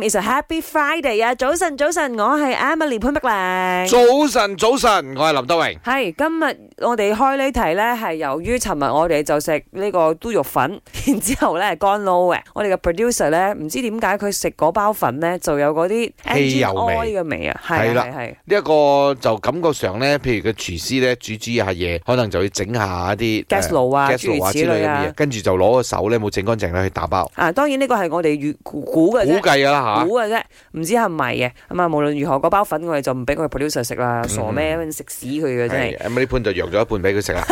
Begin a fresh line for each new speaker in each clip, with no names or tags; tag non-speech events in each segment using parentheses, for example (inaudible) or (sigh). It's a happy Friday 啊！早晨，早晨，我係 Emily 潘碧玲。
早晨，早晨，我系林德荣。
係今日我哋開呢題呢，係由於尋日我哋就食呢個豬肉粉， (laughs) 然之後咧乾撈嘅。我哋嘅 producer 呢，唔知點解佢食嗰包粉呢，就有嗰啲
汽油
engine
味
oil 嘅味啊，係
係啦
啊係係
呢一個就感覺上咧，譬如個廚師咧煮煮下嘢，可能就要整下啲
gas 爐啊，
呃
諸
gas 爐
如
啊
此
之
類
類嘅
啊
嘢，。跟住就攞個手咧冇整乾淨咧去打包，
啊，當然呢個係我哋預估估嘅
估
啫。
計㗎啦
估嘅啫，唔知係咪嘅咁啊！無論如何，嗰包粉我哋就唔俾佢 producer 食
嗯
啦，傻咩食屎佢嘅
嚇。
真係
係。Emily 潘就讓咗一半俾佢食啦。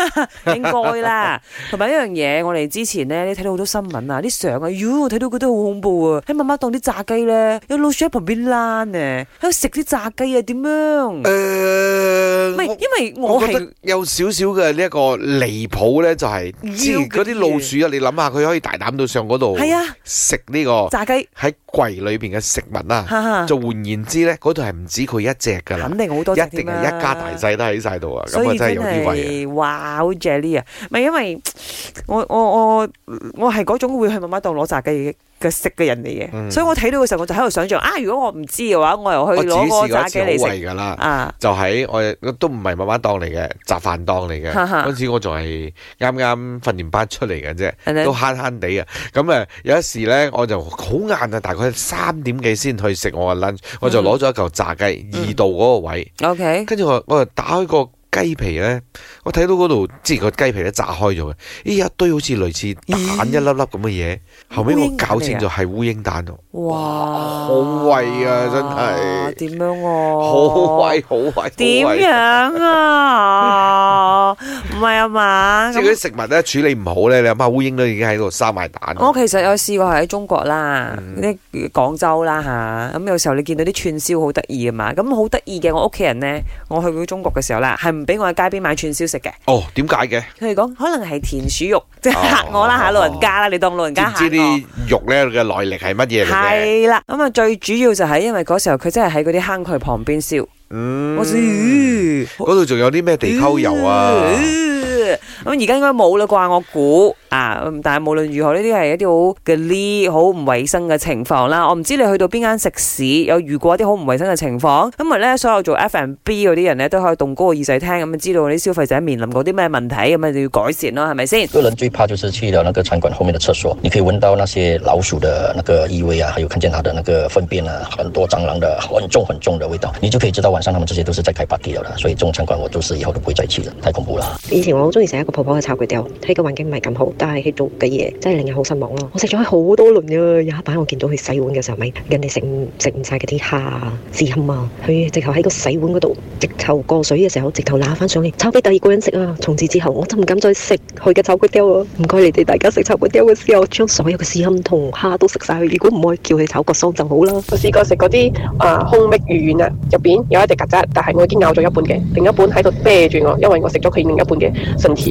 應該啦。同埋一樣嘢，我哋之前咧，你睇到好多新聞啊，啲相啊，妖睇到覺得好恐怖啊！喺媽媽檔啲炸雞咧，有老鼠喺旁邊躝啊，喺度食啲炸雞啊，點樣？唔係，
誒，
因為
呃我
我
我覺
係
得有少少嘅呢一個離譜咧，就係即係嗰啲老鼠啊！你諗下，佢可以大膽到上嗰度，
係啊，
食呢個
炸雞，
喺櫃裏邊嘅食物啦。
哈哈，
就換言之咧，嗰度係唔止佢一隻㗎啦。
肯定好多隻
一定
添啦
係一家大細都喺晒度啊！咁
所
啊
以
真係
真
有啲位啊。
係哇，好 jelly 啊！唔係因為我我我我係嗰種會去媽媽檔攞炸雞嘅嘅食嘅人嚟嘅，
嗯
所以我睇到嘅時候我就喺度想象啊，如果我唔知嘅話，我又
我
去
自己
攞嗰
試
個
過一
炸雞
次好
嚟
貴
食
㗎啦，
啊！
就喺我都唔係媽媽檔嚟嘅，雜飯檔嚟嘅。
哈哈
嗰陣時我仲係啱啱訓練班出嚟嘅啫，
係咪
都慳慳地啊。咁啊有一時咧，我就好晏啊，大概三點幾先去食我嘅 lunch，我就攞咗一嚿炸雞
嗯
二度嗰個位，
OK，
跟住我我就打開個。雞皮咧，我睇到嗰度之前個雞皮咧炸開咗嘅，咦有一堆好似類似蛋一粒粒咁嘅嘢，後尾我
烏蠅蛋
搞清
嚟啊
楚係烏蠅蛋喎。
哇！
好威啊真係
點樣啊？
好威！好威，好威
點樣啊？唔係啊嘛？
即係嗰
咁
啲食物咧處理唔好咧，你阿媽烏蠅都已經喺度生埋蛋。
我其實有試過係喺中國啦，
嗯
啲、廣州啦吓，咁有時候你見到啲串燒好得意啊嘛，咁好得意嘅。我屋企人呢，我去到中國嘅時候啦，係唔俾我喺街邊買串燒食嘅。
哦，點解嘅？
佢哋講可能係田鼠肉，即係
哦
嚇我啦嚇，老人家啦，你當老人
知
家
唔
嚇
知
我
啲。肉咧嘅來歷係乜嘢嚟嘅？
係啦，咁啊最主要就係因為嗰時候佢真係喺嗰啲坑渠旁邊燒，
嗯
我，咦
嗰度仲有啲咩地溝油啊？
嗯咁而家應該冇啦啩，我估啊，嗯但係無論如何呢啲係一啲好嘅呢，好唔衞生嘅情況啦。我唔知你去到邊間食肆有遇過一啲好唔衞生嘅情況，因為咧所有做 F&B 嗰啲人咧都可以動高個耳仔聽，咁啊知道啲消費者面臨嗰啲咩問題，咁啊就要改善咯，係咪先？
个人最怕就是去了那个餐馆后面的厕所，你可以闻到那些老鼠的那个异味啊，还有看见它的那个粪便啊，很多蟑螂的很重很重的味道，你就可以知道晚上他们这些都是在开 party 了的。所以这种餐馆我就是以后都不会再去了，太恐怖了。
以前我好中意食一個泡泡嘅炒粿條，睇個環境唔係咁好，但係佢做嘅嘢真係令人好失望咯。我食咗好多輪啊，有一擺我見到佢洗碗嘅時候，咪人哋食唔食唔晒嗰啲蝦啊、翅冚啊，佢直頭喺個洗碗嗰度，直頭過水嘅時候，直頭揦翻上嚟，炒俾第二個人食啊。從此之後，我就唔敢再食佢嘅炒粿條啊。唔該你哋大家食炒粿條嘅時候，將所有嘅豉冚同蝦都食晒佢。如果唔可以叫佢炒個桑就好啦。
我試過食嗰啲啊空壁魚丸啊，入邊有一隻曱甴，但係我已經咬咗一半嘅，另一半喺度啤住我，因為我食咗佢另一半嘅身體。